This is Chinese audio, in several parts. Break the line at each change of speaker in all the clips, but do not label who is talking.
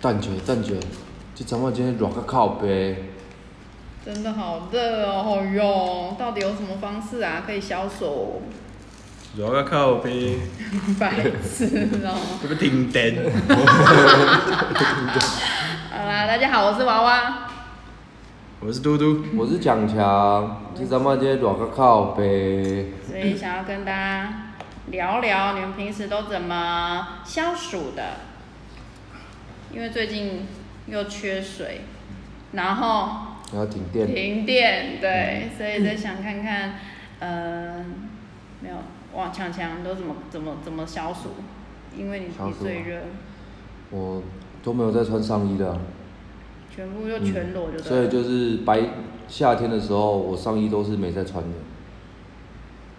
蛋卷蛋卷，这咱们今天热个靠背，
真的好热哦，哦哟，到底有什么方式啊可以消暑？
热到靠背，
白痴哦！
要不停电。
好啦，大家好，我是娃娃。
我是嘟嘟，
我是蒋强，这咱们今天热个靠背，
所以想要跟大家聊聊你们平时都怎么消暑的，因为最近又缺水，然后
然后停电，
停电，对，所以在想看看，呃，没有，哇，强强都怎么怎么怎么消暑？因为你
消
你
暑啊
最热，
我都没有在穿上衣的啊、
全部就全裸就
所
对
以
了。
就是白夏天的时候，我上衣都是没在穿的。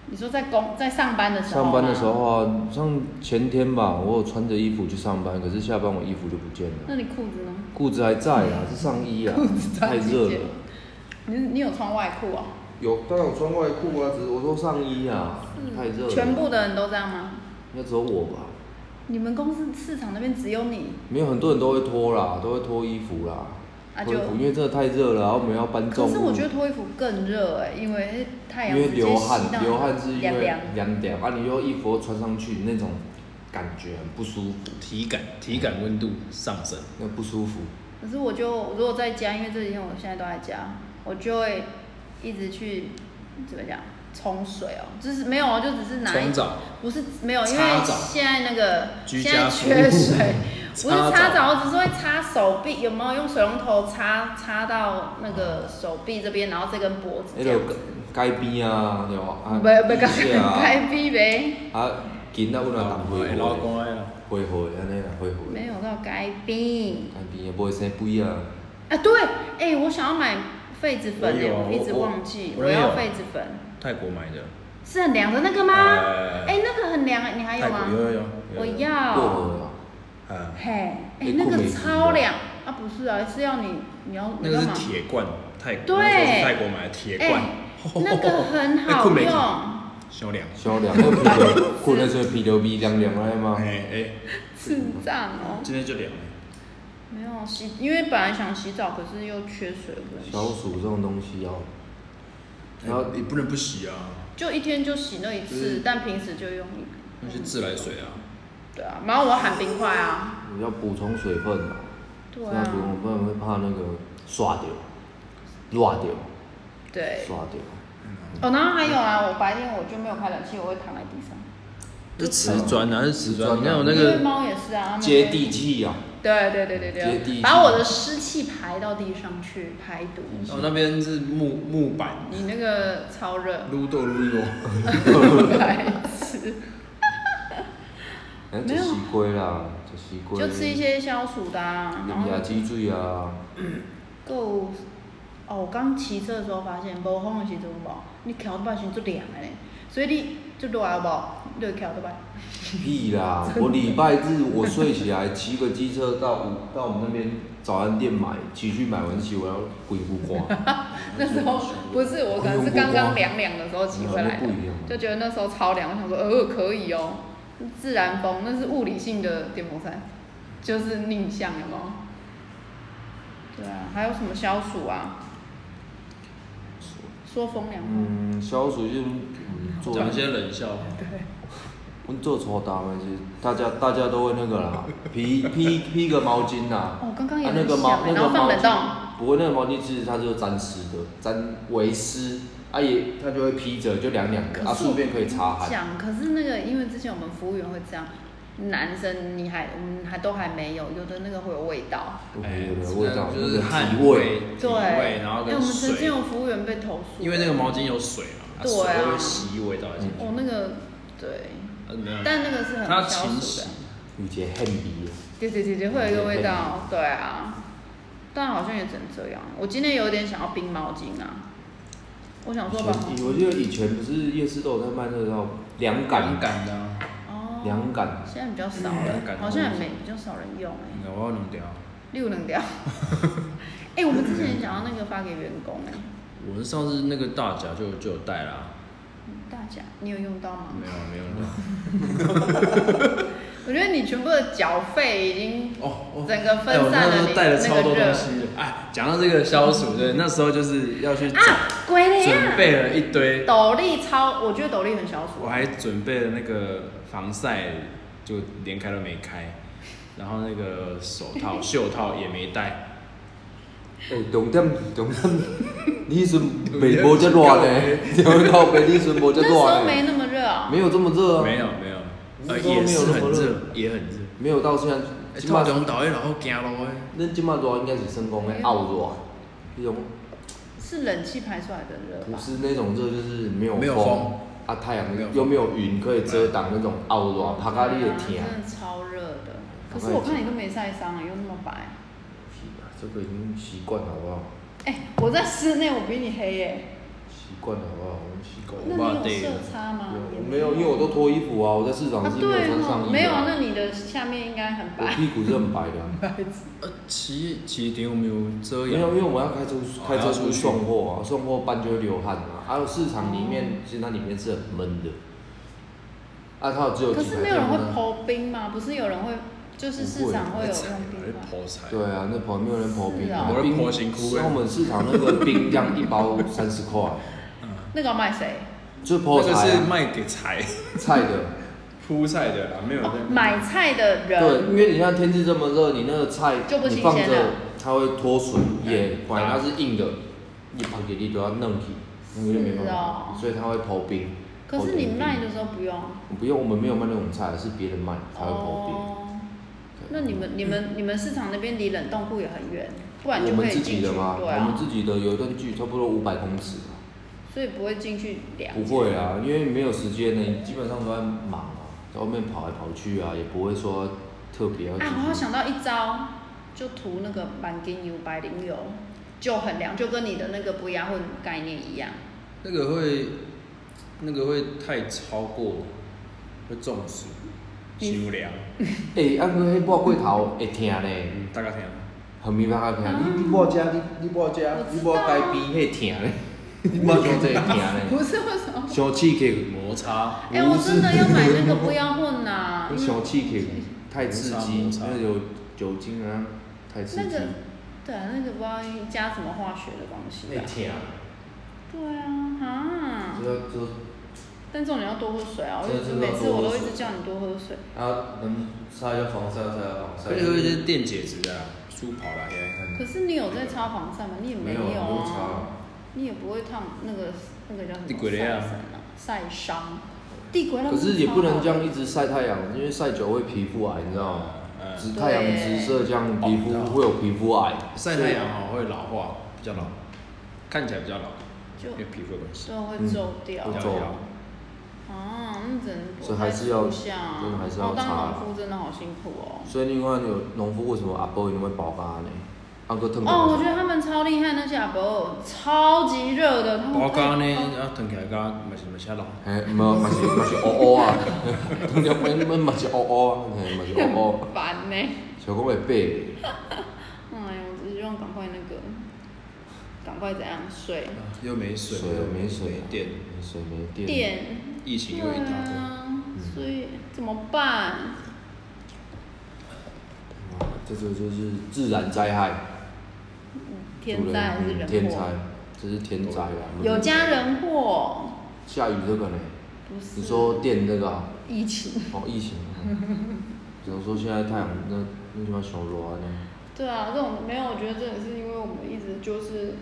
你说在工在上班的时候吗，
上班的时候啊，像前天吧，我有穿着衣服去上班，可是下班我衣服就不见了，
那你裤子呢？
裤子还在 啊，是上衣啊，太热了。
你你有穿外裤哦？
有，当然有穿外裤啊，只是我说上衣啊，太热了。
全部的人都这样吗？
应该只有我吧？
你们公司市场那边只有你，
没有，很多人都会脱啦，都会脱衣服啦，
啊
脱衣
就
服，因为真的太热了，然后我们要搬重
可
物。
是我觉得脱衣服更热哎、因为太阳
因为
直接
流汗
吸到，
流汗是因
凉
为
凉。
凉凉啊，你又衣服又穿上去那种感觉很不舒服，
体感体感温度上升，
那不舒服。
可是我就如果在家，因为这几天我现在都在家，我就会一直去怎么讲冲水哦、就是没有哦，就只是拿一
冲澡
不是没有，因为
擦澡
现在那个
居
现
家
在
服
缺 水，不是
擦
擦
澡
澡，我只是会擦手臂，有没有用水龙头擦擦到那个手臂这边，然后这根脖子
哎
那
这样
个
子，
街边啊，对吧？啊，
不不
地
搞
下啊，
开逼呗。
啊，紧到阮啊，回回
哦老公啊，
回回安尼啦，回回。
没有到该冰
街边也不会生肥啊，
啊！对，哎、我想要买痱子粉、
我
欸，
有
我
啊
一直
我我
忘记，
我
我
也
要
有
痱子粉，
泰国买的，
是很凉的那个吗？
呃
哎、那个很凉、欸，你还有
泰
吗
国？有有有，
我
有有
过
要，
河啊，
啊，
嘿，哎、
内裤
那
没
个
洗
超
吗
凉啊！不是啊，是要你你要
那
你
个
干
是
嘛？
铁罐，泰国
对
那时候是泰国买的铁
哎、
罐，
那个很
哎
好
困美
用，
小凉，
小凉，那皮条，困那时候皮条皮凉凉来
哎
嘛，
哎，
智障哦、
今天就凉了，
没有啊洗，因为本来想洗澡，可是又缺水，不能洗
小暑这种东西哦，
然
然后
后哎你不能不洗啊，
就一天就洗那一
就
嗯
次，
是
但平时就用一
那是自来水啊，
对啊，然后我喊冰块啊，
你要补充水分啊，
对
这样
啊，
补充，不然会怕那个刷掉，辣掉，
对，
刷掉。
哦，然后还有啊，我白天我就没有开冷气，我会躺在地上。
是瓷砖啊，是瓷砖，你看我那
因为
个
猫也是啊，它们会
接地。气啊，
对对对对
接
对
地气
对，把我的湿气排到地上去排毒。
我那边是木木板，，
你那个超热
撸豆撸肉，
白痴。
哎，
没
就
有
西瓜啦，就西瓜，
就吃一些消暑的啊，然后
饮牙脊水啊，
够。哦，我刚骑车的时候发现，无风的时阵无，你翘到摆时最凉的嘞，所以你就热无，你就会翘到摆。
屁啦！我礼拜日我睡起来骑个机车到五到我们那边早餐店买，骑去买完骑回来鬼不 光，
那时候不是我，可能是刚刚凉凉的时候骑回来
不
的
一样，啊
就觉得那时候超凉。我想说，呃，可以哦，自然风，那是物理性的电风扇，就是逆向，有没有？对啊，还有什么消暑啊？说风凉话，
嗯，消暑就是嗯做
讲一些冷笑话，
我们做抽大嘛，就是大家大家都会那个啦， 披披披个毛巾呐、
哦刚刚有
啊、那
人
个毛
想欸
那
然
个
后放
毛
冷冻
巾，不过那个毛巾其实它就是沾湿的，沾微湿，啊也它就会披着就凉凉的，啊
可是我
顺便可以擦汗。
讲，可是那个因为之前我们服务员会这样，男生你还嗯还都还没有，有的那个会有味道。
哎，有点味道，
就
那
是
个
汗
体味，
体
对，
味，然后
哎我
跟
们曾经
水
有，服务员被投诉，
因为那个毛巾有水嘛，它
对
水
啊
会吸味道进去，
哦，那个对，
呃没有，
但那个是很
它
消
勤
暑
洗
的，，
有一个汗味。
对对对对，会有一个味道，对啊，但好像也只能这样。我今天有点想要冰毛巾啊，我想说把
以前我记得以前不是夜市都有在卖那个叫凉感，
感感的啊，
哦，
凉感，
现在比较少
凉感
了，好像也没比较少人用哎、
那我弄掉。
六能 掉。哎、我们之前想要那个发给员工哎、
我们上次那个大甲就就有带啦，
大家你有用到吗？
没有没有弄到，
我觉得你全部的缴费已经
哦，哦
整个分
哎
散
我
了
那时
你
候带了
那
超
个
多
热
东西的。哎，讲到这个消暑，对，那时候就是要去
啊，鬼了
准
呀！
备了一堆，
斗笠超，我觉得斗笠很消
我
暑。
还准备了那个防晒，就连开都没开，然后那个手套、袖套也没带，
诶，重点重点， 你时北无遮热呢，对靠北 你时无遮
那
热
时候没
呢，
那么热啊，
没有这么热啊，
没有没有，
那
呃，
时候
也
没有
是
那
很
么
热
热，
也很热。
没有到现在，
哎，
今麦
套中岛然后行路诶，
恁今麦热应该是算讲的傲热，
啊
那哎种
是冷气排出来的热
不
吧？
是那种热，就是没有
没有风
啊太阳
没有风嗯
又没有云可以遮挡那种傲热，怕咖喱
对
也
啊
疼。
真的超热的。可是我看你都没晒伤啊，又那么白。
这个已经习惯了好不好？
哎、我在室内我比你黑耶、
习惯了好不好？我们习惯了。
那
我怕
你
对
有色差吗？也
我没有，因为我都脱衣服啊，我在市场
啊
是没有
对
穿上
哦
衣，
没有啊，
的。
那你的下面应该很
我
白。
屁股是很白的啊，
呃，骑骑顶有没有遮
没
阳
有，因？为我要开车出
哦
开车出
要出
去
去
送货啊，送货搬就会流汗啊。还有市场里
嗯
面，其实它里面是很闷的。啊，它 有只有
可
几
是
台
没有人会
电动车
刨冰吗？不是有人会，就是市场会有
踩
用
嘛，
冰吗？
就泼哎菜。
对啊，那旁边有人刨冰啊，
是啊
冰
我会刨辛苦欸
像我们市场那个冰这样一包三十块，
那个要卖谁？
就
那
刨
个是
菜啊
卖给柴
菜的。
铺菜的啦，没有
哦，
在
买菜的
对，
人
因为你看天气这么热，你那个菜
就不
你
新
放
鲜
着
了
它会脱水，也
嗯
管它是硬的，一盘给你都要弄起，那个就没办法
是哦，
所以它会刨冰。
可
刨
是
成
你
冰
卖的时候不用
不用，我们没有卖那种菜，是别人卖才会刨冰。
哦。那你们、你们、你们市场那边离冷冻库也很远，不然
我
就可
们
以
自己
进去，
的嘛，
对
我们
啊，
自己的有一段距，差不多五百公尺吧。
所以不会进去聊。
不会啊，因为没有时间呢，你基本上都在忙啊，在外面跑来跑去啊，也不会说特别要。
啊，我好想到一招，就涂那个板根油、白磷油，就很凉，就跟你的那个不压混概念一样。
那个会那个会太超过，会中暑，
你
心凉，
哎，啊，哥，迄抹过头会疼呢。
嗯，大概听。
很明白他听，你你抹遮，你你抹遮
啊我，知
你
道
抹
啊
该边迄疼咧， 你抹上这会疼 咧，
不是为什么？
上刺激，
摩擦，
哎、我真的要买那个不要混呐、因为
上刺激太刺激
摩，擦摩擦
那有酒精啊，太刺
那
激
个，对啊，那个不知道加什么化学的东西
会
啊。
疼，
对啊，啊
就。要就
但重点要多喝水啊！我一直
真的要
每次我
多
都
喝
一直
水
叫你多喝水。
啊，能擦一下防晒，擦一下防晒，
可以喝一些电解质的啊，舒跑啦，也
可是你有在擦防晒吗？你也
没有
有
我不
啊
擦。
你也不会烫那个那个叫什么
地瓜类啊
晒伤晒伤。地鬼
可是也不能这样一直晒太阳，因为晒久会皮肤癌，你知道吗？
嗯
直太阳直射这样，皮肤会有皮肤癌。
晒太阳哦会老化，比较老，看起来比较老，
就
因为皮肤的关系。
就会
嗯
皱掉。
会
比较
皱
老
啊，那只能躲
所以还是
在
要
树下啊
真的还是要
哦当
擦啊
农夫真的好辛苦哦。
所以你看有农夫为什么阿伯因为爆发呢？阿哥疼
哦，我觉得他们超厉害，那些阿伯超级热的，他们
包干呢，啊，腾起来干，嘛是嘛是老。
嘿，嘛嘛是嘛是乌乌啊，当然阮阮嘛是乌乌啊，嘿嘛是乌乌，
很烦呢、
想讲会爬，
哎呦，我只是希望赶快那个，赶快怎样睡
啊又没水，
水又没水啊
没电，
没水没电，
电？
疫情又一
对
大堆。
啊，
嗯
所以怎么办？
啊这个就是自然灾害，
天灾还是
嗯
人
天灾
祸？，
这是天灾啊。
有家人祸，
下雨这个呢？
不是？
你说电这个啊
疫情？
哦，疫情，嗯比如说现在太阳那那地方熊热啊呢，
对啊，这种没有，我觉得这也是因为我们一直就是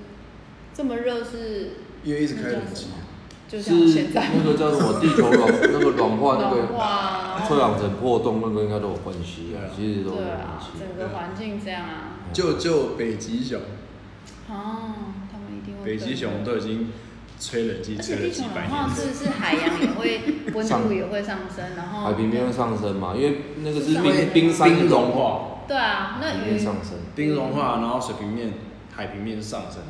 这么热，是
因为一直开冷气，
啊
就是像现在
那个叫什么地球软那个软化那
暖
个
化啊，
臭氧层破洞那个应该都有关系啊
对啊，
其实都有
对
关
啊，
系。
整个环境这样啊，
救救北极熊！
哦，他们一定会
北极熊都已经吹冷气
而
吹
且
了
地
几
球暖
百年
化
了，
是不是海洋也会温度也会上升，然后
海平面会上升嘛，因为那个是
是
冰冰山
冰融
化，
化，
对啊，那
海平
鱼
面上升，
冰融化，然后水平面、海平面上升，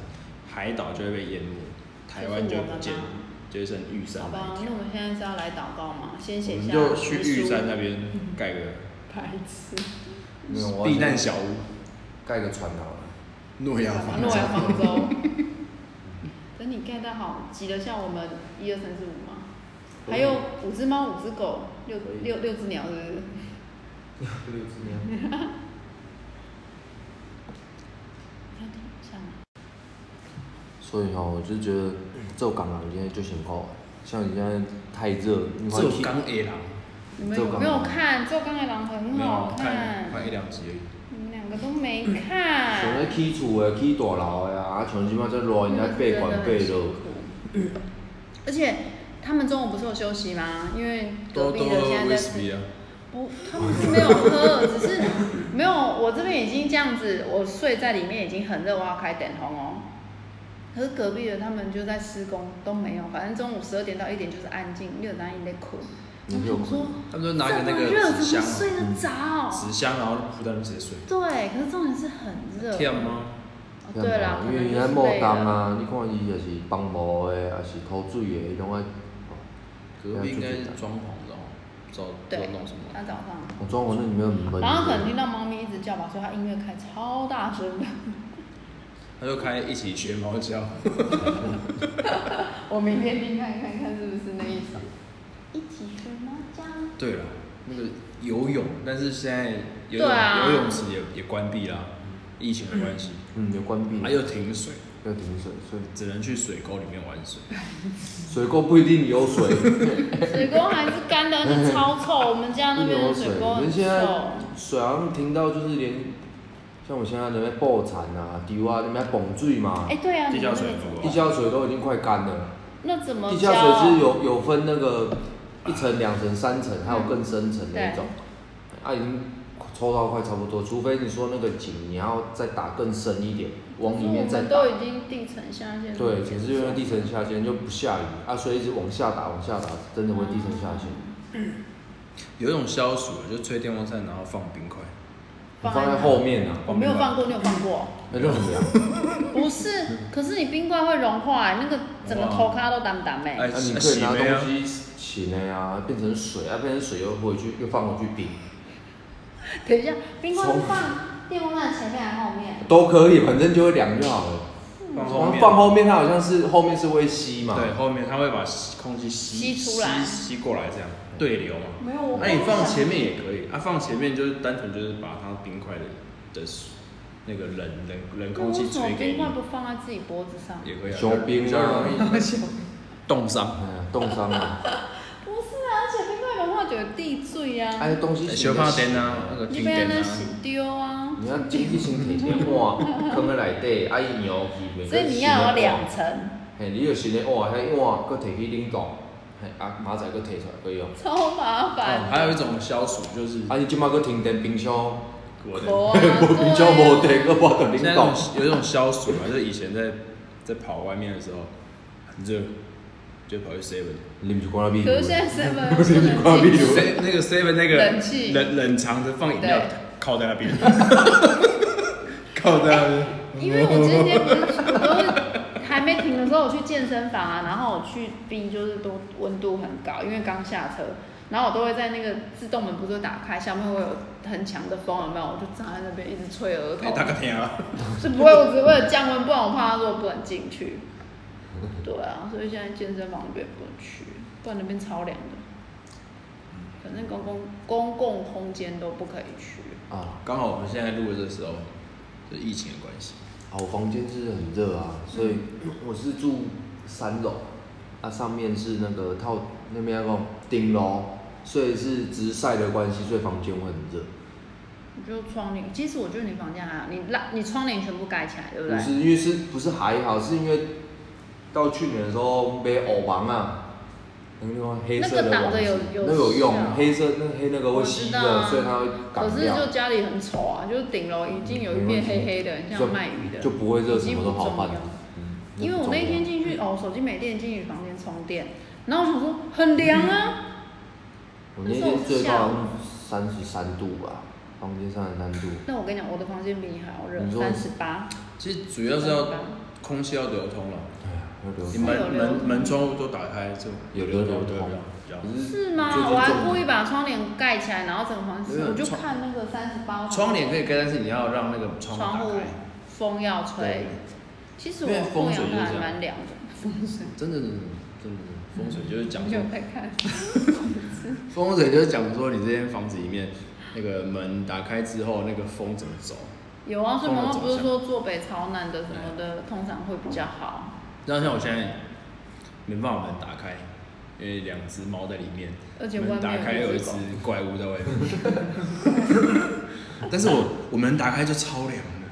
海岛就会被淹没，台湾就不见
就是我们，
就会剩玉山
好
那
吧
一，
那
条。
我们现在是要来祷告嘛，先
我
写
们
下
就去玉山
的
那边盖个
白痴，
没有我要
避难
先
小屋，
盖个船好了。
诺亚
干嘛
方
诺
舟
亚方舟。 等你 get 到好，挤得下我们一二三四五吗？还有五只猫、五只狗、六
可以
六六只鸟，是不是？
六只鸟，
像
所以哈、哦我就觉得嗯做港人现在就辛苦，像你现在太热，你看
只有刚 A 郎，
你们有没有看《做钢的狼》很
没有
好
看
看？
看一两集而已。
你们两个都没
像咧
嗯
看，
起厝的、起大楼的啊，啊像即摆在热，人家
真
爬
的
管爬
很辛
落
苦。。而且他们中午不是有休息吗？因为隔
都
壁
都
的现
威
在
士
在
忌啊，
不，他们是没有喝，只是没有。我这边已经这样子，我睡在里面已经很热，我要开等红哦。可是隔壁的他们就在施工，都没有。反正中午十二点到一点就是安静，六点一点哭。
你是有
我想说，
他们就
这
拿个那
么
个
热
纸
怎
箱
么睡
啊，
得着？
纸箱，然后铺在那边直接睡。
对，可是重点是很热。
天吗？
哦对啦，可
因为
能就
伊
是
在莫
累
工
了。
啊，你看伊也是放毛的，也是偷水的，啊伊拢爱。
隔壁应该是装潢的哦，不知道不知道
对
弄什么。
他早上。
我哦装潢那里面很闷。
然后可能听到猫咪一直叫吧，所以它音乐开超大声 的。
他就开一起学猫叫，
我明天听看看看是不是那意思。一起学猫叫。
对了，那个游泳，但是现在游泳、
对啊
游泳池也也关闭啦，疫情的关系，
嗯，有关闭，
哎
还有停水，
要停水，所以
只能去水沟里面玩水。
水沟不一定有水，
水沟还是干的，而且超臭。我们家那
一定
边
有
的
水
水。沟
我
很
们
臭
现。在水好像停到就是连，像我现在在那边爆产啊、丢啊，那边蹦水嘛
哎，，对啊，
地
你
下
们
水
地
如果
下水都已经快干了。
那怎么
地
教
下水是有有分那个一层、两层、三层，还有更深层那一种，啊，已经抽到快差不多，除非你说那个井你要再打更深一点，往里面
我
再
们
打。
都已经地层下陷。
对，只是因为地层下陷就不下雨啊，所以一直往下打，往下打，真的会地层下陷。
有一种消暑，就吹电风扇，然后放冰块。
放在后面啊，
我没有放过，你有放 过？
那就很凉。
不是，可是你冰块会融化、哎那个整个头咖都淡淡哎、
哎
那啊你可以拿东西洗呢啊，变成水啊，变成水又回去又放回去冰，
等一下，冰块是放电风扇前面还是后面？
都可以，反正就会凉就好了。
放
然
后
后
面，
放后面它好像是后面是会吸嘛，
对，后面它会把吸空气吸
吸出来
吸吸过来，这样对流嘛。
没有，我
那你放前面也可以，啊，放前面就是单纯就是把它冰块的的水那个冷冷冷空气
为什么
吹
冰
给你
块，不放在自己脖子上？
也可以啊。
小冰啊
比较容易冻伤。
哎呀，冻伤了。
不是啊，而且冰块融化就有地罪啊，
哎，东西是
小怕电啊，那个
你
停
被
电
那
啊，
洗丢啊。
你要经济身体的碗，放在内底，啊伊摇去，
所以你要有两。层，
嘿，你有新的碗，迄碗搁摕去冷冻，嘿，啊明仔载搁摕出来搁用。
超麻
哦
烦。
还有一种消暑就是
啊，伊即摆搁停电冰 箱，
哦 我的，
我
冰
啊
箱无电，搁无得
现在
冷
那
冻
种。有一种消暑啊，就是以前在在跑外面的时候很热，就跑去 seven，
你不是讲那秘
可是现在 seven 不是
关闭
冷
炉
气，
那个 seven 那个
冷气
冷冷藏着放饮料
对，
靠在 那边，靠在那边。
因为我今天不是我都是还没停的时候，我去健身房啊，然后我去冰就是都温度很高，因为刚下车，然后我都会在那个自动门不是打开，下面会有很强的风，有没有？我就站在那边一直吹额
哎
头，
大哥听啊，
是不会，我只为了降温，不然我怕他说我不能进去。对啊，所以现在健身房那边不能去，不然那边超凉的。反正公共公共空间都不可以去。
啊，
刚好我们现在录的这时候，就疫情的关系，
啊，我房间是很热啊，所以
嗯
我是住三楼，啊上面是那个套那边那个顶楼，所以是直晒的关系，所以房间会很热。
你就窗帘，其实我觉得你房间还好，你拉你窗帘全部盖起来，对不
不
对？
是因为是不是还好，是因为到去年的时候买欧王啊，那个地方黑色的
那个挡
网
着
子
有有
那个有用
效，
黑色那黑那个会
我
吸
知
热，
道啊
所以它会
可
感
是
掉
就，家里很丑啊，就是顶楼已经有一片黑黑的，很像卖鱼的，
就不会热，
已
什
经
么
不
都
重
好办
要。。
嗯
因为我那一天进去，哦，手机没电，进去房间充电，然后我想说很凉啊，
我那天最高三十三度吧，房间三十三度，
那我跟你讲，我的房间比你还要热
嗯你，说
三十八，
其实主要是要空气要流通了，
哎呀，要流
你
通。
门门门窗户都打开就
有流通
对比较比较好
可
是吗
最？近
我还
重
故意把窗帘盖起来，然后整个房
没
间，
有
我就
窗
看那个三十八
窗帘可以开，但是你要让那个窗
窗
户打
户
开。
风要
对
吹，，其实
因为
我
风
后
水
阳台还
就是这样
蛮凉的，风水，
真的真的真的风水就是讲
你有
说，
在看？
风水就是讲说你这间房子里面那个门打开之后，那个风怎么走？
有啊，所以
风
妈妈
的走
不是
向
说坐北朝南的什么的，通常会比较好。
然后像我现在没办法门打开，因为两只猫在里面，
而且外
门打
面
开
有
有
一
一
只
只
狗
怪物在外面。但是我我门打开就超凉的，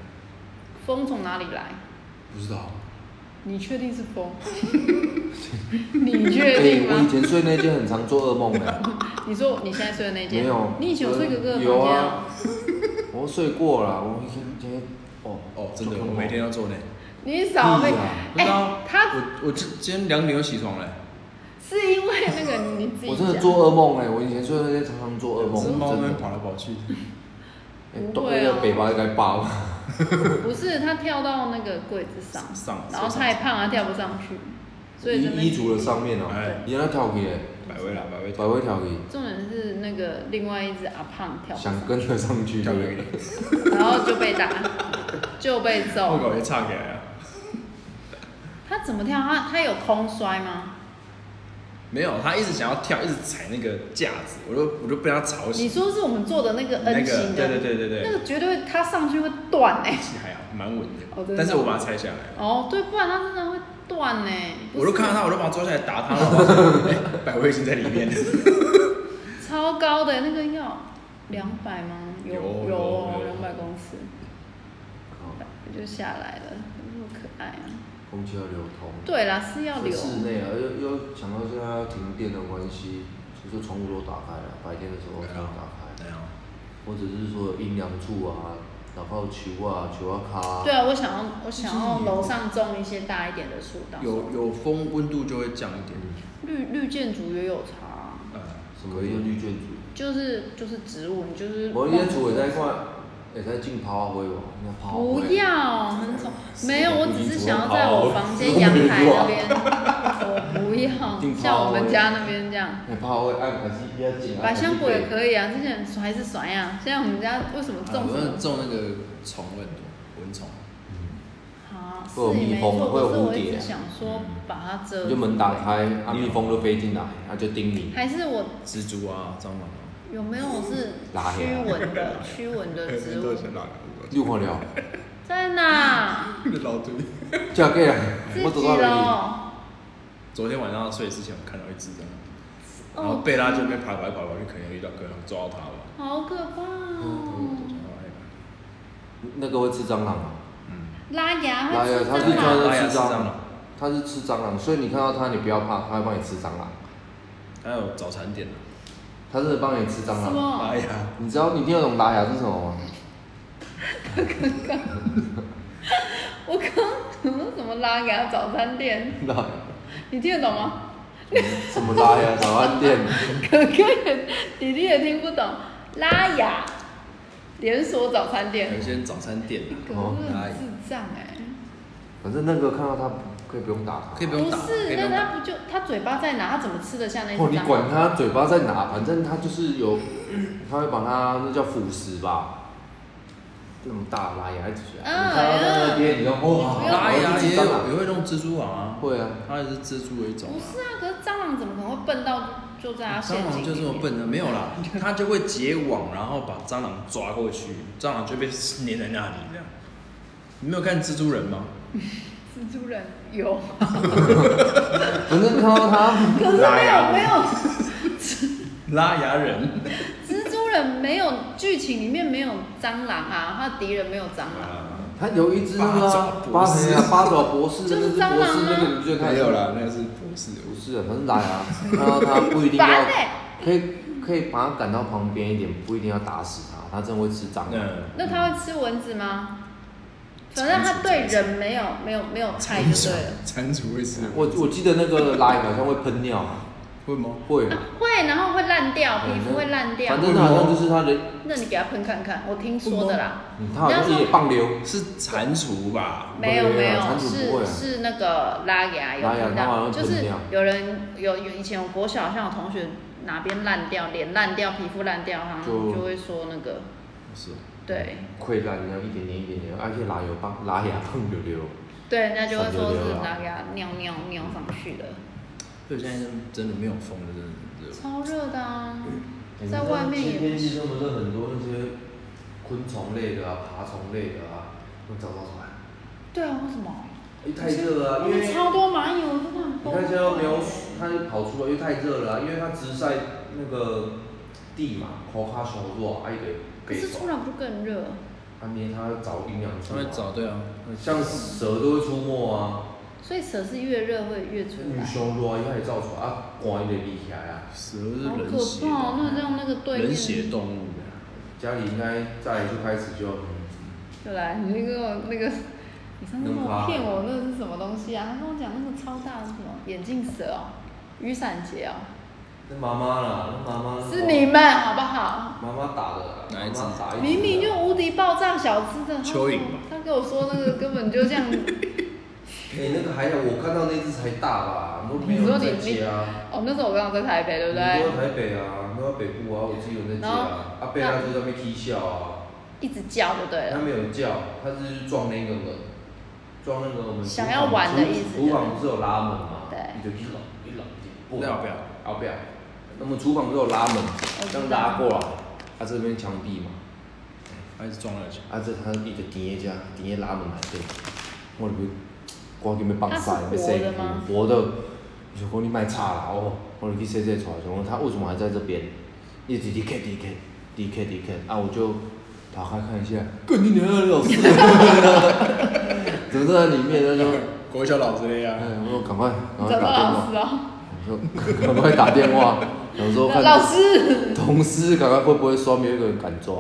风从哪里来？
不知道。
你确定是 风？你确
哎
定，
我以
吗？
前睡那间很常做噩梦的，
你说 你现在睡的那间？
没有
你以前有睡哥哥的房间
有
哦
啊？我睡过了，我以前以前哦
哦，真的，我每天要做呢。
你少
屁
会
啊
不知
哎
道，，
他
我我今今天两点就起床了，
是因为那个你自己
我真的
讲
做噩梦哎，我以前睡那间常常做噩
两
梦，
只猫
真
在那边
的
跑来跑去。
哎
不
都
会
那个
啊
北巴该爆了，
不是他跳到那个柜子上，
上
然后太胖，他跳不上去，所以这边
衣衣橱的上面哦
哎，
你让它跳起来，
百威啦，百威
百威跳起，
重点是那个另外一只阿胖跳不上
想跟得上去，
跳
对不
给
对
你，
去，然后就被打，就被
我
揍。
搞也岔开啊。
他怎么跳？他他有空摔吗？
没有，他一直想要跳，一直踩那个架子，我就我就被他吵
你
醒。
说是我们做的那个
那个
N 型的，
对对对对对
那个绝对会他上去会断哎、
其实还好，蛮稳的。
哦真的
但是我把它拆下来，
哦，对，不然他真的会断哎、不
我
是
就看到他，我就把它抓下来打他，然后我说哎 百威已经在里面了。
超高的、那个要两百吗？有
有
有
有
哦，
有
两百公尺，
哦
就下来了，怎么那么可爱啊！
空气要流通。
对啦，是要留。
室内啊，又又想到现在要停电的关系，所以说窗户都打开了，白天的时候窗户打开，
没有，
或者是说阴凉处啊，然后球啊球啊卡啊
对，啊，我想要我想要
就是你
楼上种一些大一点的树，到时候
有有风，温度就会降一点。
绿绿建筑也有差啊，
呃，
什么用绿卷组，
就是就是植物，你就是
我烟组也在看，也在进炮灰哦，那炮灰。
不要，很丑。没有，我只是想要在我房
我
间
不
阳
能
台
说
那边，我不
定
要
抛
像我们家那边这样。
那炮灰按还是比较紧啊。
百香果也
以。
可以啊，之前甩还是甩呀、现在我们家为什么种
我
什么
们？种那个虫很多，蚊虫。
好，
会有
是也没
蜜蜂
错，
会有
可是我
蝴
一
蝶
直想说把它遮
你就
住。
门打开，啊蜜蜂就飞进来，它就叮你。
还是我
蜘蛛啊，蟑螂啊，
有没有是
拉
驱
呀
蚊的驱蚊的 植物？
老
六看了，
在哪？
老对。
嫁给啊，
自
我走
己
到哪里？
咯。
昨天晚上睡之前，我看到一只蟑螂，然后
哦，
贝拉就被爬来爬去，可能遇到，可能抓到它吧。
好可怕哦！
那个会吃蟑螂啊，
嗯，
拉牙
拉
会
牙
啊吃
它是
蟑
专
螂，
拉牙吃蟑螂，
它是吃蟑螂，所以你看到它，你不要怕，它会帮你吃蟑螂，
还有早餐店啊。
它真的帮你吃蟑
什
螂。
么
哎？呀，
你知道你听得懂拉牙是什么吗？
我刚刚怎么拉牙早餐店？
拉牙
你听得懂吗？
什么拉牙早餐店？
哥哥也弟弟也听不懂，拉雅连锁早餐
有
店
一，些早餐店啊，
哥哥
拉
很
雅
智障哎、
反正那个看到它可以不用打它，
可以不用
不
打，可
是，
以
那
不用打。
他不就他嘴巴在哪？他怎么吃得下那只
哦，你
蟑螂？
管它嘴巴在哪，反正它就是有，它会把它那叫腐蚀吧，那么大拉牙一直起来，
嗯
你看到它那边，你就哇，
拉
然后
牙
一
也
只蟑螂
有也会弄蜘蛛网啊，
会啊，
它也是蜘蛛的一种
不
啊。
是啊，可是蟑螂怎么可能会笨到就在他
蟑
陷
螂
阱
就这
里
么
面？
笨的，没有 啦，它就会结网，然后把蟑螂抓过去，蟑螂就被粘在那里这样。你没有看蜘蛛人 吗？
蜘蛛人 有，
反正看到它，
可是
拉
没
雅
有没有
拉牙人，
蜘蛛人没有剧情里面没有蟑螂啊，他的敌人没有蟑螂，
啊
它有一只那个啊
八
八
爪博士
哎呀八爪博士，
就
那
是啊
只博士那个你最看
没有啦，那个是博士。
不是啊，反正来啊，看到它不一定要
烦欸，
可以可以把它赶到旁边一点，不一定要打死它，它真的会吃蟑螂。
那
那他会吃蚊子吗？反正他对人没有没有没有害就对了。
蟾蜍会是
我我记得那个拉好像会喷尿，
会吗？
会，
啊会，然后会烂掉，皮肤会烂掉
嗯反。正它好像就是它的，
那你给他喷看看，我听说的啦。
嗯它好像是也棒流，
是蟾蜍吧？
没有
没
没
有
有，
蟾蜍不会啊
是是那个拉牙有
拉牙
听
它好
到，
像
就
吞
是
掉
有人有有以前我国小像有同学哪边烂掉，脸烂掉，皮肤烂掉，然后
就
就会说那个
是，
对
溃烂然后一点点一点点，而且拉油棒拉牙棒溜溜，
对，人家就会说
三
是
六六啊
拉牙尿尿尿上去的，
对，现在真的没有风了，真的很热。
超热的啊！
你
在
知道
外面也
天气这么热，很多那些昆虫类的啊、爬虫类的啊，会找到出来。
对啊，为什么？
因为太热了、啊，
我
因为
们超多蚂蚁，我真的很
你
崩
看现在没有
溃。，
它跑出来，因为太热了、啊，因为它直晒那个地嘛，口卡小弱，啊一个
可
给
是出
手，
来不就更热？
它捏它会找营养素
他
嘛
会找对啊，
像蛇都会出没啊，
所以蛇是越热会越出
女
来，
熊弱啊，它也照出来啊，光一个立起来啊。
蛇是
好
冷血
可怕哦！那让那个对
冷血
面
动物的，
家里应该再来就开始就嗯
就来，你那个那个，你上次跟
能
我
爬
骗我那是什么东西啊？他跟我讲那个超大的是什么眼镜蛇哦，雨伞节哦，
那妈妈啦，那妈
哦
妈
是你们好不好？
妈妈打的啦，
哪一只
妈妈打一只啊
明明就无敌爆炸小只的
蚯蚓吧
他跟我说那个根本就这样，
哎、那个还好，我看到那只才大吧，都没有
你说
人在
你
接啊，
哦，那时候我刚好在台北，对不
你
对
说？台北啊，你说北部啊，我自己有人在接啊，啊被他就在那边踢笑啊，
一直叫就对
他
了，
没有叫，他是撞那个门，撞那个我们
想
厨
要
房
玩的
厨
意思
厨房不是有拉门吗？
对
你就一冷一冷一
那要不要？
要不要？那么厨房不是有拉门
我，知
这
道
样拉过来，啊这边墙壁嘛。
还是撞了去。
啊，这他伊就甜的遮，甜的拉门内底，我就赶紧要放屎，
它
要
是
洗
活的吗
活的，我想讲你莫吵啦哦，我就去洗洗出来，想讲他为什么还在这边，一直 D K D K D K D K，啊我就打开看一下，干你娘的老师，怎么在里面？他说，
国小老师的
哎
呀，，
我说赶快赶快
找到
打电话
老师哦，
我说，赶快打电话，想说看
老师。
同事赶快会不会双面有一个人敢抓，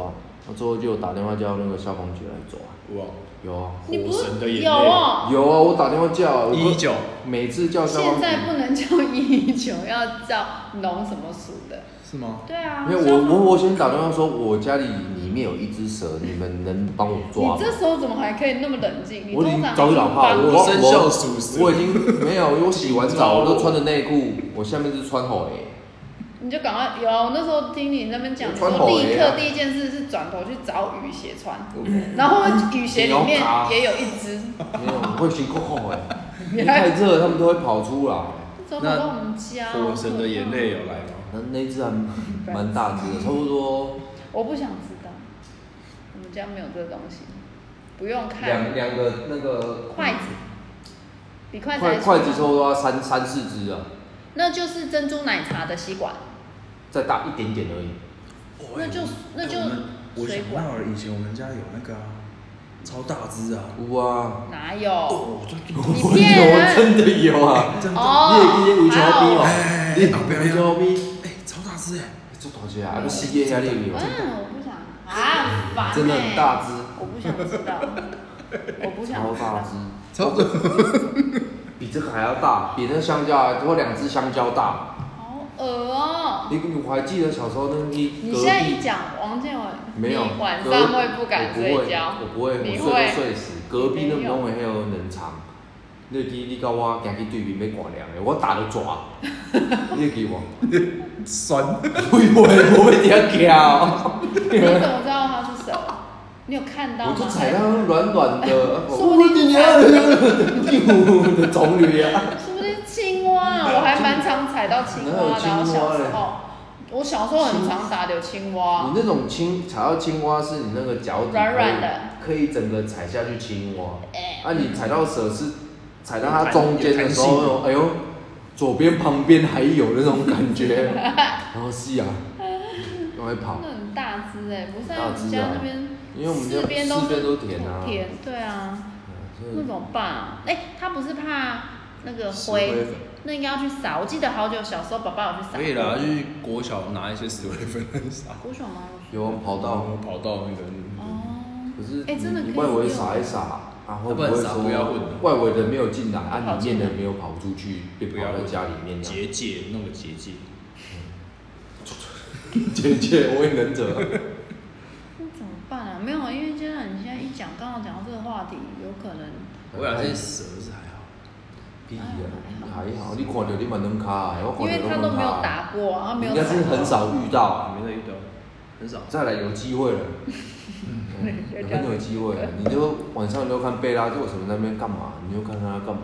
我最后就打电话叫那个消防局来抓，
哇，
有啊。
你不
火神的眼
是
泪
有哦？
有啊，我打电话叫
一九，
每次叫消
现
防
在
局，
不能叫一九，要叫农什么属的？
是吗？
对啊，
因为
消
我
防
我我先打电话说，我家里里面有一只蛇，你们能帮我抓
你
吗
这？时候怎么还可以那么冷静？你
我已
通
经
常
早就老怕了，
我
我
生肖属蛇
我我已经没有，我洗完澡我都穿着内裤，我下面是穿好 诶，
你就赶快有啊！我那时候听你那边讲，
我
你
穿
说
好
立
鞋
刻
啊
第一件事是转头去找雨鞋穿，
没
然后
嗯
雨鞋里面
牛杂
也有一 只，
有，我会辛苦好诶，因
你
为
还
太热了，他们都会跑出来。
走跑到我们家。
火神的眼
哦
泪有来吗？
那那只还蛮蛮大只的，差不多
我不想知道，我们家没有这个东西，不用
两
看
两个那个
筷子，比筷子还
筷筷子差
粗
不多要三三四只啊，
那就是珍珠奶茶的吸管，
再大一点点而已。
那就那就
我们我
水
想
管
到了，以前我们家有那个啊，超大只啊，
哇，
哪有？
哦，真
你骗人
有真的有啊！
真的，
哦
你会去围墙边
还
哦
有
哎，
你
哎哎
围墙边，
哎，超大只哎，
做大只啊，你世界遐厉害，
嗯，我不想啊，烦、欸。
真的很大只，
我不想 知道，我不想
超
知
大
道。
只，
超大，
比这个还要大，比那香蕉还多两只香蕉大。
好恶哦、
你你我还记得小时候那个
你
隔
现在一
壁
讲王建文，
没有
你晚
隔
上会不敢睡觉？
我不会，我不
你
会，我
会
睡都睡死。隔壁
没
那
有
拢会迄个冷藏，你记你甲我行去对面要挂凉的，我打到蛇，你会记无？
酸，
我以为我被点叫，
你怎么知道他是蛇？你有看到
我
吗？
就踩到软软 的，
说不定
你娘 的，的种类啊！
说不定是青蛙啊，我还蛮常踩到青蛙的。
哪有
我
青蛙欸
小
嘞
时候，我小时候很常打柳青蛙
你，那种青踩到青蛙是你那个脚底
软
可
软
以
的
可以整个踩下去青蛙。
哎、
啊，你踩到蛇是踩到
有
它
弹
中间
有
的
弹
时
性
候，哎呦，左边旁边还有那种感 觉，然后是啊，往外跑
真，的很大只哎、不是、
很
我
大只啊
们家那边，
因为我们家
四边都
四边都
是
田啊
田对啊。
嗯所
那
以
怎么办啊？哎、他不是怕那个
石灰
灰
粉，
那应该要去撒。我记得好久小时候，爸爸有去撒。
可以啦，。去国小拿一些石灰粉很傻，
国小吗？
有跑道，
我跑到那个，
啊哦。
可是
哎真的
你
可以
外围
用
撒一撒，啊，会
不
会
然
说
撒不要混
外围的没有进来，
跑
啊，里
进
面的
来
没有跑出去，被
不
跑
要
在
混
家里面这样
结界弄个结界，
姐姐，我也忍者。
那怎么办啊？没有，因为现在你现在一讲，刚好讲到这个话题，有可能
我想这蛇是还好，
屁呀、哎还好你看到你嘛能卡，我
因
看到
为他
拢
都
能
没有
卡。
打过啊，他没有
应
打
该
过。
是很少遇到，
没在遇到，很少。
再来有机 会了，嗯
对
很有机会了。你就晚上你就看贝拉就什么那边干嘛，你就看它干嘛，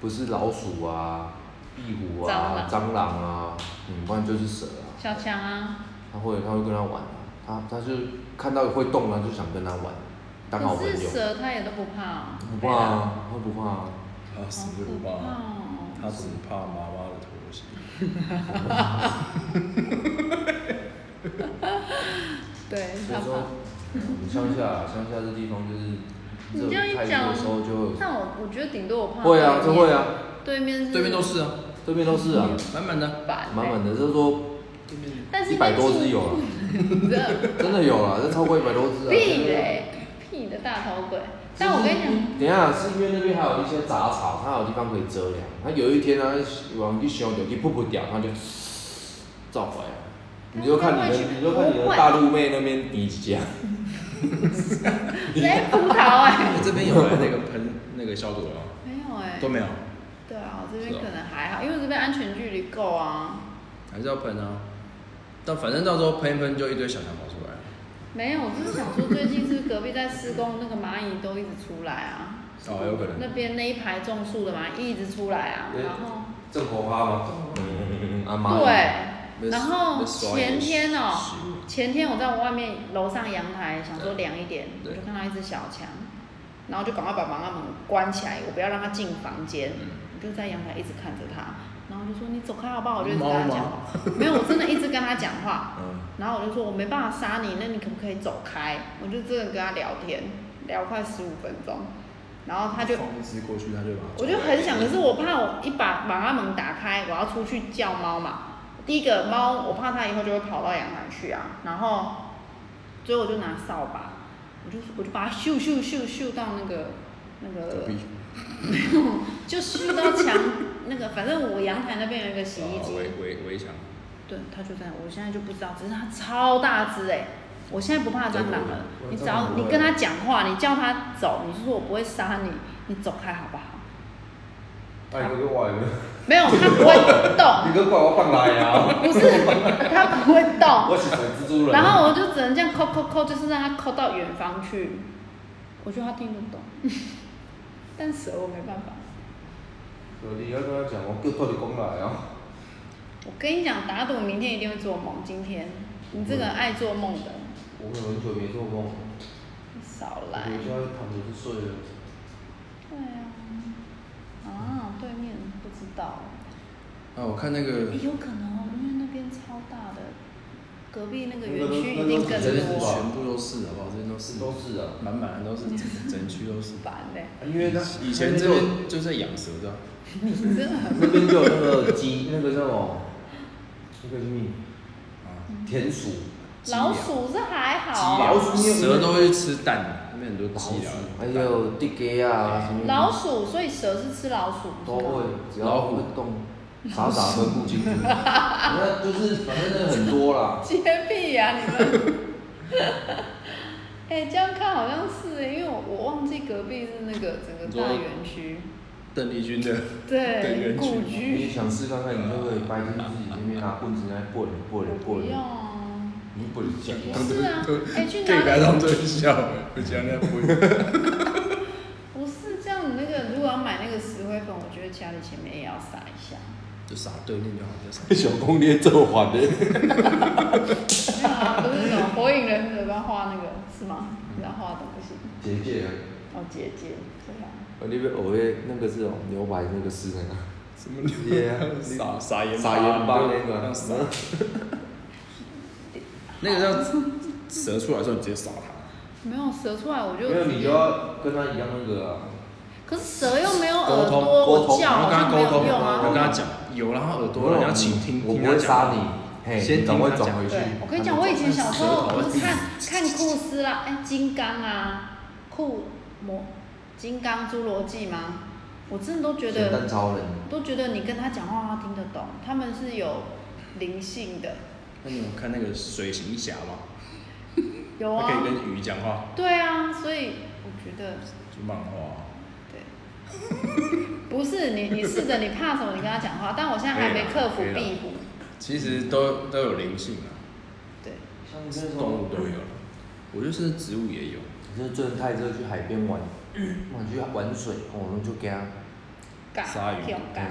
不是老鼠啊、壁虎啊、蟑螂啊，嗯，不然就是蛇啊。
小强啊，
他会他会跟他玩，他他是看到会动了就想跟他玩，当好朋
可是
友。
蛇它也都不怕啊，
不怕啊，他不怕啊，
他
好
死
可
不
怕
怕，
哦！
他只怕妈妈的妥协。
对，
所
它
以
怕
说。嗯乡下啊乡下这地方就是，
你这样一
太热
讲
的时候就会
但我我觉得顶多我怕
会啊，
对
这
面
会，啊，
对面是
对面都是啊，
对面都是啊，
满满的，
板欸
满满的，就是说
对面
但是
一百多只有啊，
这
真的有啊，这超过一百多只啊。
屁嘞，屁的大头鬼！但我跟你 讲，
等一下，是因为那边还有一些杂草，它有地方可以遮凉。它有一天呢、啊，往一熊就去瀑布掉，它就照回来。你就看你的，你就看你的大陆妹那边比几下，
哎，葡萄哎，
哎这边有那个喷那个消毒了吗？
没有哎
都，没有，
对啊，我这边
是哦
可能还好，因为这边安全距离够啊。
还是要喷啊。但反正到时候喷一喷就一堆小强跑出来，
没有，我只是想说，最近是隔壁在施工，那个蚂蚁都一直出来啊。
哦，有可能
那边那一排种树的蚂蚁一直出来啊，然后。
正火花吗？嗯，阿妈。
对，然后
被刷一
前
点
天哦、
食物
前天我在我外面楼上阳台想说凉一点，我
对
就看到一只小强，然后就赶快把防盗门关起来，我不要让它进房间，
嗯
我就在阳台一直看着它，然后我就说你走开好不好？我就一直跟它
猫
讲
吗
话，没有，我真的一直跟它讲话，
嗯，
然后我就说我没办法杀你，那你可不可以走开？我就真的跟它聊天，聊快十五分钟，然后它就
放一只过去，他就把它
我就很想，可是我怕我一把把它门打开，我要出去叫猫嘛。第一个猫，我怕它以后就会跑到阳台去啊。然后，所以我就拿扫把，我就我就把它咻咻咻咻到那个那
隔
个
壁，
就咻到墙那个，反正我阳台那边有一个洗衣
哦
机，
围围围墙，
对，它就在，我现在就不知道，只是它超大只哎、我现在不怕蟑螂了
对，
你只
蟑
要
螂不会啊
你跟它讲话，你叫它走，你就说我不会杀你，你走开好不好？
哎，你个怪， 你
没有，它不会动，
个怪我放来 啊！
不是，它不会动。
我是水蜘蛛人。
然后我就只能这样扣扣扣，就是让它扣到远方去。我觉得它听得懂， 但蛇我没办法。
你要跟他讲，我叫到你讲来啊！
我跟你讲，打赌明天一定会做梦。今天你这个爱做梦的，
我有很久没做梦，
少
我
来。
现在躺着就睡了。
对啊，啊，对面不知道，
啊，我看那个
也有可能哦，因为那边超大的，隔壁那个园区
那
一
个都
定更
这边是
多。
全部都是，好不好？这边都是，
都是啊，
满满的 都是，整整区都是。
烦嘞，
因为他
以前这边就是在养蛇的啊，
真的很
那边就有那个鸡，那个叫什么？那个什么？
啊
田鼠。
老鼠是还好，
老鼠你有
啊蛇都会吃蛋，那边很多鸡啊，
还有地鸡啊，什么
老鼠，所以蛇是吃老鼠，
都
是吗
会，只要会动，傻傻分不 清楚。那就是反正那很多啦。
洁癖呀、啊你们。 哎、这样看好像是耶，因为我我忘记隔壁是那个整个大园区，
邓丽君的，对
对，
园区
故
你也
居。
想试看看，你会不会白天自己那边拿棍子在那拨人拨人拨
不
人
要，啊，
你不能讲。
不是啊，哎、去
可以不
哪
要当
里？
真笑，我讲那不会。
不是这样，你那个如果要买那个石灰粉，我觉得家里前面也要撒一下。
就撒对面就好，就撒。
小公爹做反的，
没有啊，不是什么火影忍者要画那个是吗？要画东西，
姐姐啊，
哦，结界对啊。
我那边我会那个是哦牛排那个是那 个。
什么
直接 啊
撒撒盐
撒盐巴那个
这样撒那个叫蛇出来的时候，你直接撒它。
没有蛇出来，我就
没有，
直
你
接
就要跟他一样那个啊。
可是蛇又没有
沟
耳
通
朵，
沟通
我叫
然
好像
后跟他
没
沟通，
有用
我
啊。
然后跟他讲有，然后耳朵，你要请听
我
听
不
他
会杀
讲。
你，嘿，
先
你赶
听
快
他
转
讲
回去
对。，我跟你讲，我以前小时候不是看看库斯拉，哎，金刚啊，库魔，金刚侏罗纪吗？我真的都觉
咸蛋
得，
超人。
都觉得你跟他讲话他听得懂，他们是有灵性的，
那你有看那个水行侠吗？
有啊
他可，以跟鱼讲话，
对啊，所以我觉得，
就漫画。
对。 不是你，你试着你怕什么？你跟他讲话，但我现在还没克服
可以啦可以
壁
啦
虎，
其实都都有灵性啊，
对，
像你那
动
种
物，都有。我觉得甚至植物也有，
你就是最太热去海边玩，我去玩水，哦我们就给他
尬
鲨鱼
跳尬
嗯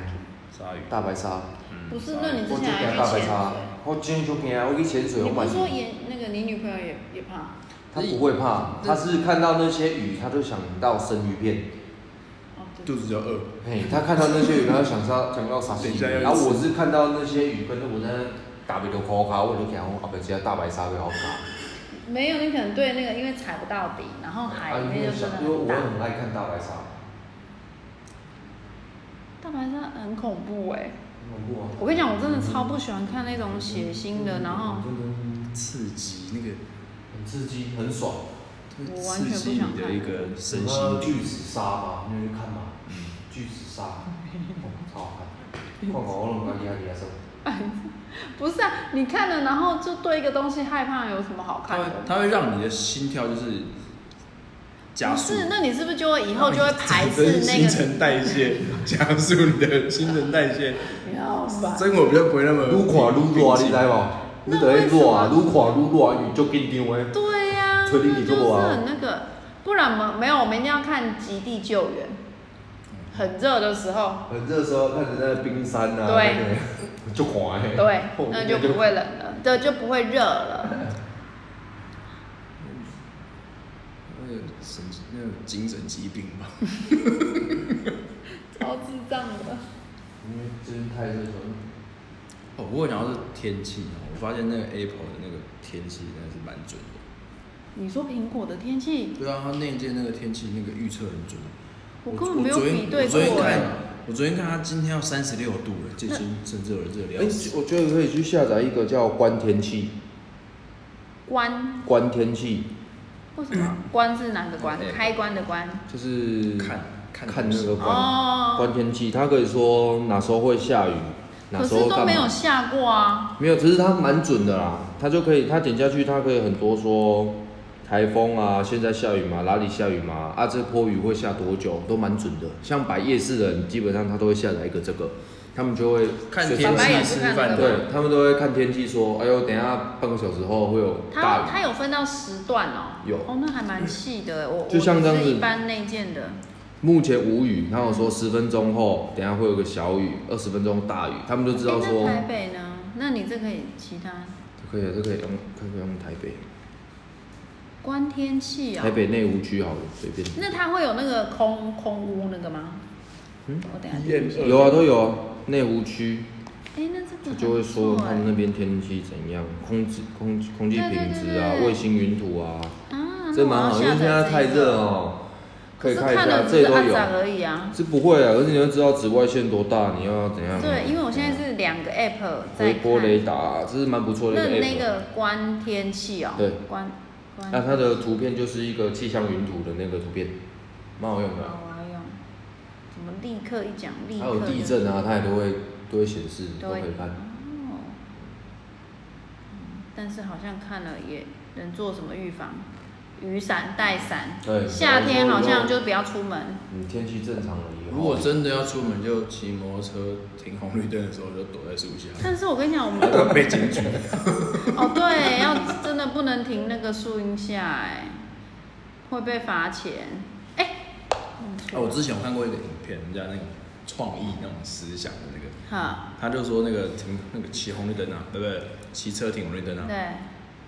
鲨鱼。
大白鲨，
嗯
不是，
鲨鱼
那你之
我
前还去
就给他大白
潜水
鲨？我真的就惊，我去潜水，
你
我
不
买
是说也那个你女朋友也也怕？哦
他不会怕，他是看到那些鱼，他就想到生鱼片。
哦，对
肚，子就饿。
嘿，他看到那些鱼，他就想到想到啥西
等一
鱼。
下要
然后我是看到那些鱼，跟着我在那打不到口卡，我就讲我阿伯只大白鲨会好卡。
没有，你可能对那个因为踩不到底，然后海
啊
里
因
面
为
就哎真的
因为
很
我
大。
很爱看大白鲨，
大白鲨很恐怖哎、
很恐怖啊。
我跟你讲，我真的超不喜欢看那种血腥的，然后
刺激那个
很刺激，很爽。
会
我完全
刺
不
激
想
你的
看
一个身
你
心
知道
灵。
巨齿鲨嘛，你有去看嘛？巨齿鲨，哦超好 看。看我我拢感觉厉 害
不是啊，你看了然后就对一个东西害怕，有什么好
它
看
会
的？
它会让你的心跳就是加
不
速，
是，那你是不是就会以后就会 排
让
斥
你
那
新
个？
陈代谢，加速你的新陈 代谢，
不要吧。
生活比较不会那么
愈看愈
啊
热，啊你知无？你就会热，愈看愈热，啊你就紧张的。
对呀、
吹冷气
那就
够不
是
啊
很那个，不然嘛，没有，我们一定要看《极地救援》，很热的时候，
很热的时候看着那个冰山啊，
对
那个，就滑欸
对
后，面
那就不会冷了，对，就不会热了。
那个神经那个精神疾病吧。
超智障的，
因为真的太热了，
哦，不过讲到是天气哦，我发现那个 Apple 的那个天气真的是蛮准的。
你说苹果的天气，
对啊，它那一届那个天气那个预测很准。
我根本没有
昨天
比对
我昨天
过
看
哎。，
我昨天看它今天要三十六度了，这已经真热了热了
哎
要死。，
我觉得可以去下载一个叫观天气，
关
观天气
为什
嗯
么？关是哪个关？
对
开关的关。
就是
看看
看那个观观
哦，
天气，它可以说哪时候会下雨，哪
可
时
是
候
都
干
没有
嘛。
下过啊。
没有，只是它蛮准的啦，它就可以，它点下去，它可以很多说台风啊，现在下雨嘛，哪里下雨嘛，啊这波雨会下多久，都蛮准的。像摆夜市的人，基本上他都会下载一个这个，他们就会
看
随时
天
爸爸也
气
是
吃
看
饭
这个
的
对，他们都会看天气说，哎呦，等一下半个小时后会有
它
大
它有分到时段哦。
有嗯
哦，那还蛮细的。我
就像
我只
这样
是
子
一般内建的。
雨。目前无雨，他有说十分钟后，等一下会有个小雨，二十分钟大雨，他们就知道
诶
说
那，台北呢？那你这可以其他
可以啊了，这可以用，可以用台北，
观天气啊、
台北内湖区好了，随便。
那它会有那个空空屋那个吗？
嗯
我等一下去。
验
有啊，都有啊，内湖区。
哎、那这个
他
很
就会说
不错
他们
诶
那边天气怎样，空气空气空气
对对
品质啊
对对，对
卫星云图啊，
啊，
这蛮好，因为现在太热
哦。
哦，可
可
以看
是
一
看
下，
了
这
只
里
是
都
按
有
赞。而已啊。
是不会啊，而且你要知道紫外线多大，你又要怎样？
对，因为我现在是两个 app 在
回嗯波雷
看，
达啊，这是蛮不错的
那
一个
那
app 啊。
个观天气哦、
对
观观。
那它的图片就是一个气象云图的那个图片，蛮好用的啊。
好啊用，怎么立刻一讲立刻
还有
就
地震啊，它也都会都会显示，都
都
可
会
以看
哦。嗯但是好像看了也能做什么预防？雨伞带伞，
对
夏天好像就不要出门。
嗯，天气正常了以后，
如果真的要出门，就骑摩托车停红绿灯的时候就躲在树 下，
但是我跟你讲，我们
然后被检举。
哦对，要真的不能停那个树荫下，哎，会被罚钱。哎，弄
啊，
错
我
了
之前有看过一个影片，人家那个创意那种思想的那个，
好，
他就说那个停那个骑红绿灯啊，对不对？骑车停红绿灯啊，
对，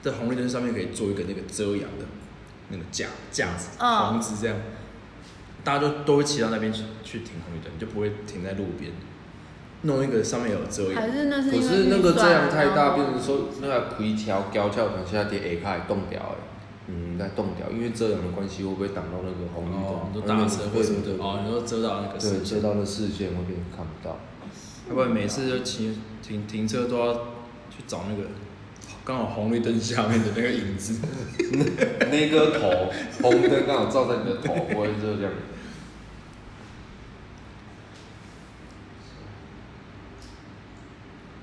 在红绿灯上面可以做一个那个遮阳的那个架架子，
嗯
棚子这样，大家就都会骑到那边去去停红绿灯，就不会停在路边，弄一个上面有遮
还
阳。
是那是
可
因为
是那个
预算
这样太
然
大，
后
变成说那个葵桥、高桥可能现在跌下开冻掉哎，嗯，在冻掉，因为遮阳的关系，会不会挡到那个红绿
哦，你
灯？
说打车或什么的
对
哦，你说遮到那个
对，
视
遮
线，
到那视线会变成看不到。
要不然每次就骑停停车都要去找那个刚好红绿灯下面的那个影子。
那个头，红灯刚好照在你的头，不会热这样。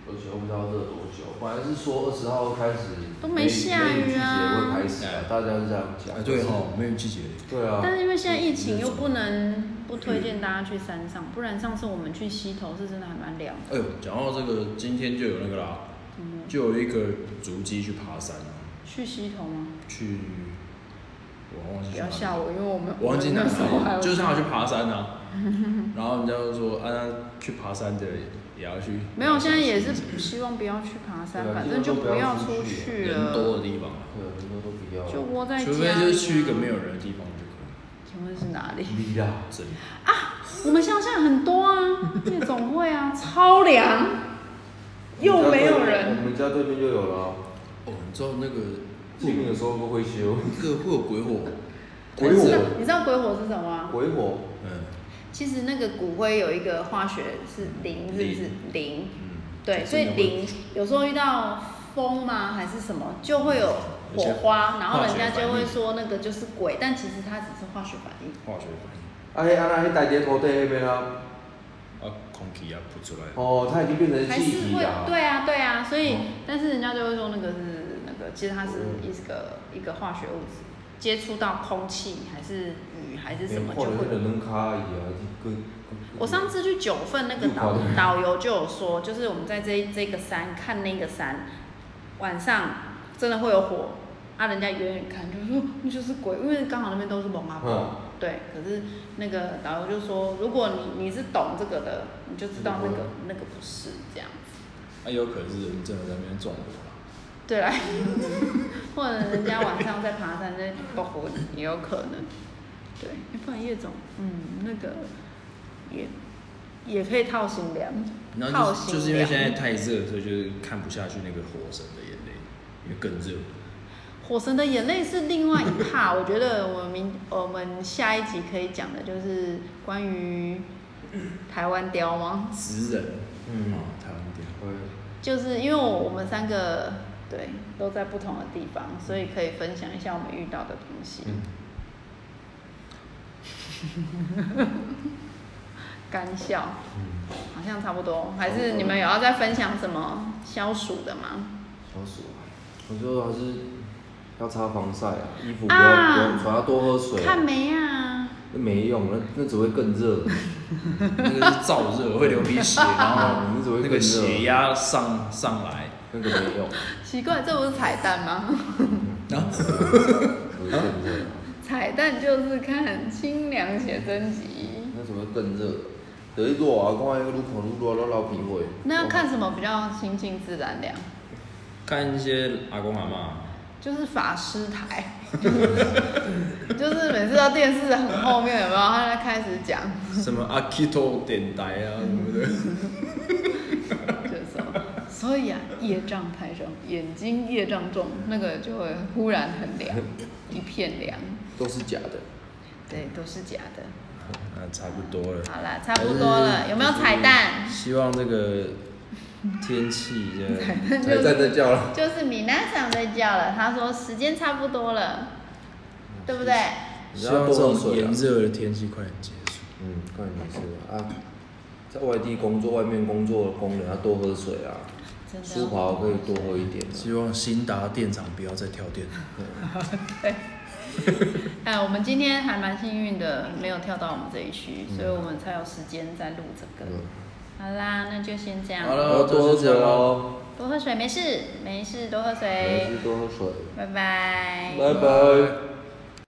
而且我不知道热多久，本来是说二十号开始
都没下雨啊
梅雨季节会开始啊，大家是这样讲。
啊，对哦，梅雨季节，
对啊。
但是因为现在疫情又不能不推荐大家去山上，不然上次我们去溪头是真的还蛮凉的。
哎呦，讲到这个，今天就有那个啦，
嗯，
就有一个足迹去爬山啊，
去溪头吗？
去，我忘记
不
去
要
哪里
吓我，因为我们
嗯我忘记哪
那时候还
里，
有
就是他有去爬山啊，然后人家就说啊，那去爬山的也要去。
没有，现在也是希望不要去爬山，
对啊
反正就不要出去
人多的
了，
地方，啊
对，很多都不要。
就窝在家。
除非就是去一个没。有人的地方就可以。
请问是哪里？
离啦，
这里
我们乡下很多啊，夜总会啊，超凉，又没有
我
人。
们家对面就有了啊。
哦，你知道那个
清明的时候都会修。
那个会有鬼火，
鬼
你知道
火，
你知道鬼火是什么吗？
鬼火，
嗯
其实那个骨灰有一个化学是磷，是不是磷？
嗯，
对，所以
真的会
磷有时候遇到风吗还是什么，就会有火花，然后人家就会说那个就是鬼，但其实它只是化学反应。
化学反
啊嘿，啊那嘿，大姐头对那边啊，
应啊，空气啊不出来。
哦，它已经变成
还
气
是
体
会
了。
对啊对啊，所以、
哦
但是人家就会说那个是那个，其实它是
嗯
一个、一个化学物质，接触到空气还是雨还是什
连
么
哎或
就
者
会
是嗯冷卡一样，跟
我上次去九份那个导
嗯
导游就有说，就是我们在这这个山看那个山，晚上真的会有火，啊，人家远远看就说那就是鬼，因为刚好那边都是蒙阿波，
嗯，
对。可是那个导游就说，如果你你是懂这个的，你就知道那个
嗯
那个不是这样子，
那啊有可能是人真的在那边纵火啊了，
对 啦，或者人家晚上在爬山在爆火也有可能，对。哎不然叶总，嗯，那个也也可以套新凉。
然
好
后
心
就是就是因为
凉
现在太热，所以就是看不下去那个火神的眼泪，因为更热。
《火神的眼泪》是另外一趴，我觉得我们明我们下一集可以讲的就是关于台湾雕吗？
直人，
嗯
嗯，台湾调。
哎对，
就是因为我我们三个对都在不同的地方，所以可以分享一下我们遇到的东西。
嗯，
干笑，
嗯，
好像差不多。还是你们有要再分享什么消暑的吗？
消暑啊，我觉得还是要擦防晒啊，衣服不要
啊
不要穿，要多喝水啊
看，梅啊，
那没用，那那只会更热。
那个是燥热，会流鼻血，然后
你只会
那
更
个
热
血压上上来，
那个没用，
奇怪，这不是彩蛋吗？
然后
只会更热啊，
彩蛋就是看清凉写真集。
那只会更热。得一热啊，看那个路口路热，到老皮会。
那要看什么比较清静自然凉？
看一些阿公阿妈，
就是法师台， 就是每次到电视很后面有没有？他在开始讲，
什么阿 Kito 电台啊什么的，
就是什么，所以啊，业障太重，眼睛业障重，那个就会忽然很凉，一片凉，
都是假的。
对，都是假的。
啊差不多了，
好啦，差不多了，有没有彩蛋？
希望这个天气呃的
还哎在这叫了，
就是米娜想在叫了，她说时间差不多了，对不对？
希望这种炎热的天气快点结束。
嗯，看你是啊，在外地工作、外面工作的工人要多喝水啊，
真的哦
舒华可以多喝一点、啊。
希望新达电厂不要再跳电，
对，哎，我们今天还蛮幸运的，没有跳到我们这一区，所以我们才有时间在录这个。
嗯，
好啦，那就先这样，
好了
要多喝水哦，
多喝水，没事，没事，多喝
还
水
是，多喝水。
拜拜。哎
拜拜。